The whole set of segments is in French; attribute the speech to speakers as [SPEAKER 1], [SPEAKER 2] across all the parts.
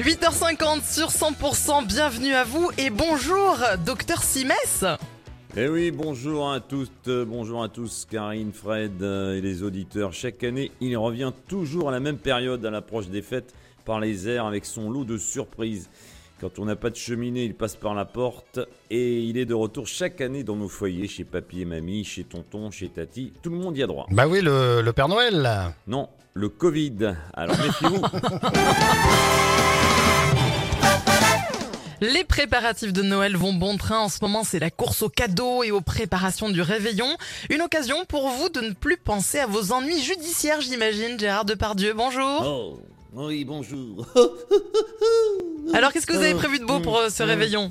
[SPEAKER 1] 8h50 sur 100%, bienvenue à vous et bonjour, docteur Simès.
[SPEAKER 2] Eh oui, bonjour à tous, euh, bonjour à tous, Karine, Fred euh, et les auditeurs. Chaque année, il revient toujours à la même période, à l'approche des fêtes, par les airs avec son lot de surprises. Quand on n'a pas de cheminée, il passe par la porte et il est de retour chaque année dans nos foyers, chez papy et mamie, chez tonton, chez tati. Tout le monde y a droit.
[SPEAKER 3] Bah oui, le, le Père Noël. là.
[SPEAKER 2] Non, le Covid. Alors méfiez-vous.
[SPEAKER 1] Les préparatifs de Noël vont bon train en ce moment, c'est la course aux cadeaux et aux préparations du réveillon. Une occasion pour vous de ne plus penser à vos ennuis judiciaires, j'imagine. Gérard Depardieu, bonjour.
[SPEAKER 4] Oh, oui, bonjour.
[SPEAKER 1] Alors qu'est-ce que vous avez prévu de beau pour euh, ce réveillon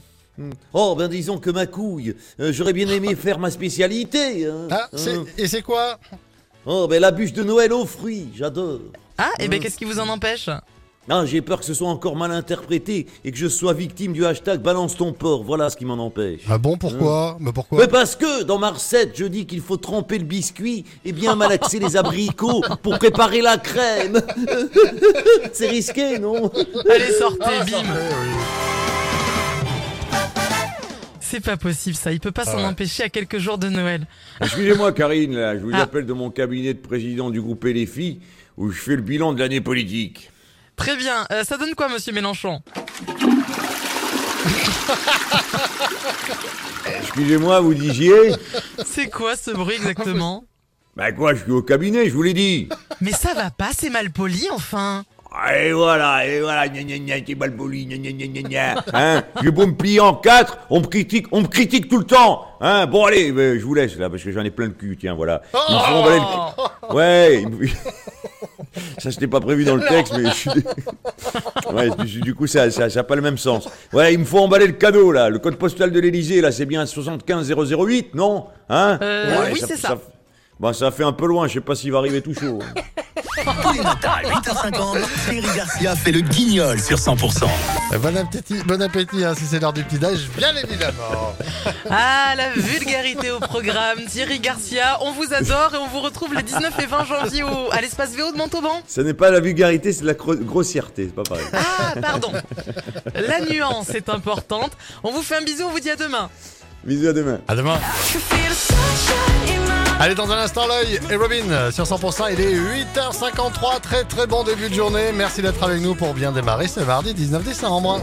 [SPEAKER 4] Oh, ben disons que ma couille, euh, j'aurais bien aimé faire ma spécialité. hein.
[SPEAKER 3] Ah, c'est-
[SPEAKER 2] euh.
[SPEAKER 4] Hein.
[SPEAKER 3] et c'est quoi
[SPEAKER 4] Oh, ben la bûche de Noël aux fruits, j'adore.
[SPEAKER 1] Ah, et ben qu'est-ce qui vous en empêche
[SPEAKER 4] Ah, j'ai peur que ce soit encore mal interprété et que je sois victime du hashtag balance ton porc, voilà ce qui m'en empêche.
[SPEAKER 3] Ah bon, pourquoi Mais pourquoi
[SPEAKER 4] Mais parce que dans ma recette, je dis qu'il faut tremper le biscuit et bien malaxer les abricots pour préparer la crème. C'est risqué, non
[SPEAKER 1] Allez, sortez, bim.
[SPEAKER 3] Eh oui.
[SPEAKER 1] C'est pas possible ça, il peut pas s'en
[SPEAKER 3] ouais.
[SPEAKER 1] empêcher à quelques jours de Noël.
[SPEAKER 2] Excusez-moi, Karine, là, je vous
[SPEAKER 1] Ah.
[SPEAKER 2] appelle de mon cabinet de président du groupe LFI où je fais le bilan de l'année politique.
[SPEAKER 1] Très bien, Euh, ça donne quoi monsieur Mélenchon
[SPEAKER 2] Excusez-moi, vous disiez
[SPEAKER 1] C'est quoi ce bruit exactement
[SPEAKER 2] Bah quoi, je suis au cabinet, je vous l'ai dit.
[SPEAKER 1] Mais ça va pas, c'est mal poli enfin
[SPEAKER 2] Ah, Et voilà, et voilà, gna gna gna, c'est mal poli, gna gna gna gna gna. Hein, j'ai beau me plier en quatre, on me critique, on me critique tout le temps. Hein, bon allez, euh, je vous laisse là, parce que j'en ai plein le cul, tiens, voilà.
[SPEAKER 1] Oh
[SPEAKER 2] Ils me font emballer le- Ouais, ils me- ça c'était pas prévu dans le texte, mais je suis... Ouais, du, du coup ça, ça, ça a pas le même sens. Ouais, il me faut emballer le cadeau là, le code postal de l'Elysée là, c'est bien 75008, non Hein
[SPEAKER 1] Euh,
[SPEAKER 2] Ouais,
[SPEAKER 1] oui, c'est ça.
[SPEAKER 2] Bah ça fait un peu loin, je sais pas s'il va arriver tout chaud.
[SPEAKER 5] Tous les matins à 8h50, Thierry Garcia fait le guignol sur 100%.
[SPEAKER 3] Euh, Bon appétit, bon appétit hein, si c'est l'heure du petit-déj, bien évidemment.
[SPEAKER 1] Ah, la vulgarité au programme, Thierry Garcia, on vous adore et on vous retrouve les 19 et 20 janvier au, à l'espace VO de Montauban.
[SPEAKER 2] Ça n'est pas la vulgarité, c'est de la cro- grossièreté, c'est pas pareil.
[SPEAKER 1] Ah, pardon. La nuance est importante. On vous fait un bisou, on vous dit à demain.
[SPEAKER 2] Bisous à demain.
[SPEAKER 3] À demain. Allez, dans un instant, l'œil et Robin euh, sur 100%, il est 8h53. Très très bon début de journée. Merci d'être avec nous pour bien démarrer ce mardi 19 décembre.